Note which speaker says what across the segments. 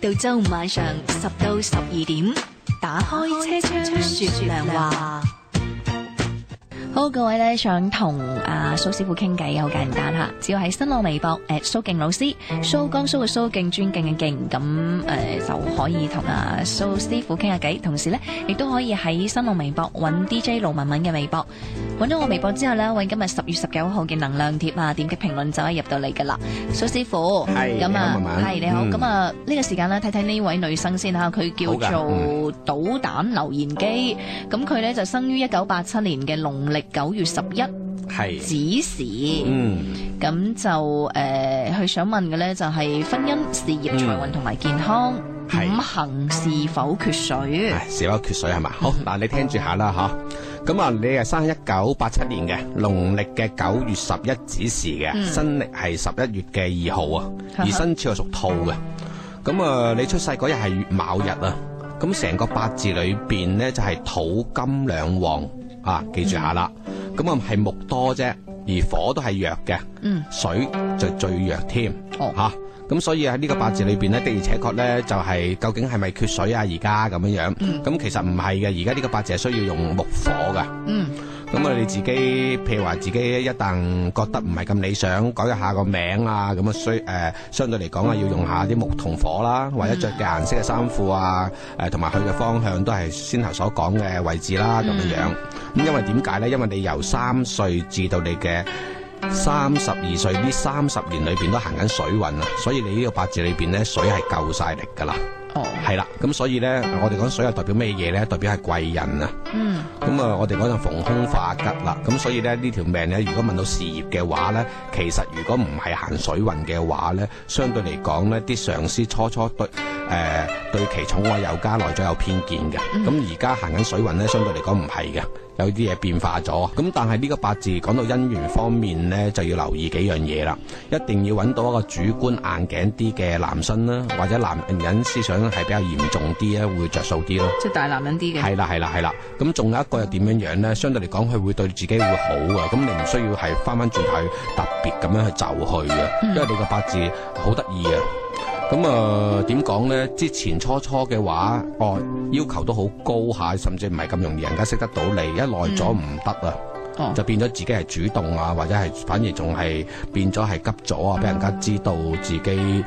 Speaker 1: 到周五晚上十到十二點，打開車窗說亮話。
Speaker 2: 好，各位咧想同阿蘇師傅傾偈，好簡單吓，只要喺新浪微博誒蘇敬老師，蘇江蘇嘅蘇敬尊敬嘅敬，咁誒、呃、就可以同阿蘇師傅傾下偈。同時咧，亦都可以喺新浪微博揾 DJ 盧文文嘅微博，揾咗我微博之後咧，揾今日十月十九號嘅能量貼啊，點擊評論就可以入到嚟噶啦。蘇師傅，
Speaker 3: 係
Speaker 2: 咁啊
Speaker 3: 你好文，文
Speaker 2: 係你好，
Speaker 3: 嗯
Speaker 2: 咁啊呢個時間咧睇睇呢位女生先吓，佢叫
Speaker 3: 好㗎嗯
Speaker 2: 做。搗蛋留言機，咁佢咧就生於一九八七年嘅農曆九月十一
Speaker 3: 係，
Speaker 2: 子時，
Speaker 3: 嗯，
Speaker 2: 咁、就誒佢、想問嘅咧就係婚姻、事業、
Speaker 3: 嗯
Speaker 2: 財運同埋健康、
Speaker 3: 係
Speaker 2: 五行是否缺水？
Speaker 3: 唉，少咗缺水係嘛？
Speaker 2: 嗯
Speaker 3: 好，嗱，你聽住下啦吓。咁啊，你係生一九八七年嘅，農曆嘅九月十一子時嘅，
Speaker 2: 嗯
Speaker 3: 新曆係十一月嘅二號啊，
Speaker 2: 哈哈
Speaker 3: 而生肖係屬兔嘅。咁啊，你出世嗰日係月卯日啊，咁成個八字裏邊咧就係土金兩旺啊，記住下啦。咁啊係木多啫，而火都係弱嘅。
Speaker 2: 嗯，
Speaker 3: 水就最弱添，吓
Speaker 2: 哦
Speaker 3: 咁、所以喺呢個八字裏邊咧，的而且確咧就係、究竟係咪缺水啊？而家咁樣樣，咁、其實唔係嘅，而家呢個八字係需要用木火噶。
Speaker 2: 嗯，
Speaker 3: 咁我哋自己，譬如話自己一旦覺得唔係咁理想，改一下個名啊，咁啊需誒相對嚟講啊，要用下啲木同火啦，或者着嘅顏色嘅衫褲啊，誒同埋去嘅方向都係先頭所講嘅位置啦，咁樣樣。
Speaker 2: 嗯
Speaker 3: 咁因為點解咧？因為你由三歲至到你嘅三十二歲呢三十年裏邊都行緊水運啊，所以你呢個八字裏邊咧，水係夠晒力㗎啦，
Speaker 2: 哦，
Speaker 3: 係啦。咁所以咧，我哋講水係代表咩嘢咧？代表係貴人啊。
Speaker 2: 嗯，
Speaker 3: 咁啊，我哋嗰陣逢凶化吉啦，咁所以咧呢條命咧，如果問到事業嘅話咧，其實如果唔係行水運嘅話咧，相對嚟講咧，啲上司初初對誒、呃對其寵愛有加，耐咗有偏見嘅。咁而家行緊水運咧，相對嚟講唔係嘅，有啲嘢變化咗。咁但係呢個八字講到姻緣方面咧，就要留意幾樣嘢啦，一定要揾到一個主觀硬頸啲嘅男生啦，或者男人思想係比較嚴重啲啊咧，會着數啲咯。
Speaker 2: 即係大男人啲嘅，嗯
Speaker 3: 係啦，係啦，係啦。咁仲有一個又點樣樣咧？相對嚟講，佢會對自己會好啊。咁你唔需要係翻翻轉頭去特別咁樣去就佢嘅，
Speaker 2: 嗯
Speaker 3: 因為你個八字好得意啊。咁啊，點講咧？之前初初嘅話，哦，要求都好高下，甚至唔係咁容易人家識得到你。一耐咗唔得啊，
Speaker 2: 哦
Speaker 3: 就變咗自己係主動啊，或者係反而仲係變咗係急咗啊，俾人家知道自己，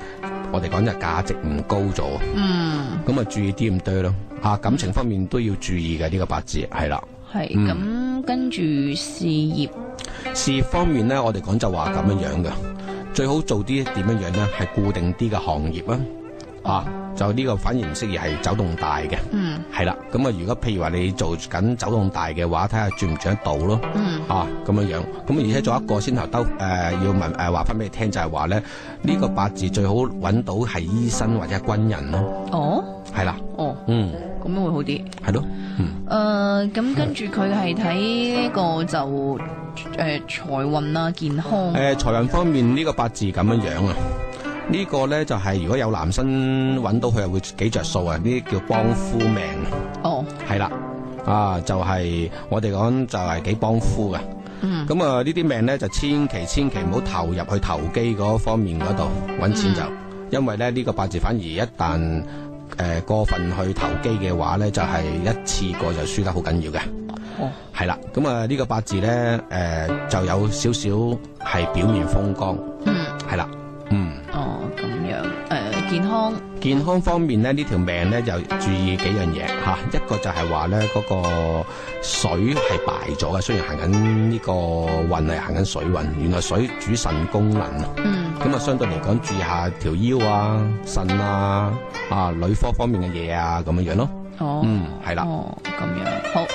Speaker 3: 我哋講就價值唔高咗。
Speaker 2: 嗯，
Speaker 3: 咁啊注意啲咁多咯，吓、感情方面都要注意嘅呢、個八字係啦。
Speaker 2: 係咁、
Speaker 3: 嗯
Speaker 2: 跟住事業，
Speaker 3: 事業方面咧，我哋講就話咁樣樣嘅，最好做啲點樣樣咧，係固定啲嘅行業啦，啊，就呢個反而唔適宜係走動大嘅，
Speaker 2: 嗯
Speaker 3: 係啦。咁啊，如果譬如話你做緊走動大嘅話，睇下轉唔轉得到咯。
Speaker 2: 嗯，
Speaker 3: 啊，咁樣樣，咁而且仲有一個先頭兜誒、呃要問誒話翻俾你聽，就係話咧呢、個八字最好揾到係醫生或者係軍人咯，
Speaker 2: 哦
Speaker 3: 係啦，
Speaker 2: 哦，
Speaker 3: 嗯，
Speaker 2: 咁樣會好啲。
Speaker 3: 係咯，嗯。
Speaker 2: 呃誒，咁、跟住佢係睇呢個就誒、呃、財運啦、健康，
Speaker 3: 誒財運方面呢、個八字咁樣樣啊，呢、個咧就係、如果有男生揾到佢係會幾着數啊，呢啲叫幫夫命，
Speaker 2: 哦，
Speaker 3: 係啦，啊就係、我哋講就係幾幫夫嘅，
Speaker 2: 嗯，
Speaker 3: 咁啊呢啲命咧就千祈千祈唔好投入去投機嗰方面嗰度揾錢
Speaker 2: 嗯
Speaker 3: 就，因為咧呢、個八字反而一旦誒、過分去投機嘅話咧，就係、一次過就輸得好緊要嘅。
Speaker 2: 哦，
Speaker 3: 係啦，咁啊呢個八字咧，誒、就有少少係表面風光，
Speaker 2: 嗯，
Speaker 3: 係啦，嗯。
Speaker 2: 哦，咁樣，誒、健康，
Speaker 3: 健康方面咧，呢條命咧就注意幾樣嘢嚇、一個就係話咧嗰個水係敗咗嘅，雖然行緊呢個運係行緊水運，原來水主腎功能啊，
Speaker 2: 嗯，
Speaker 3: 咁啊相對嚟講注意下條腰啊、腎啊、啊女科方面嘅嘢啊咁樣樣咯，
Speaker 2: 哦，
Speaker 3: 嗯係啦，
Speaker 2: 哦，咁樣，好，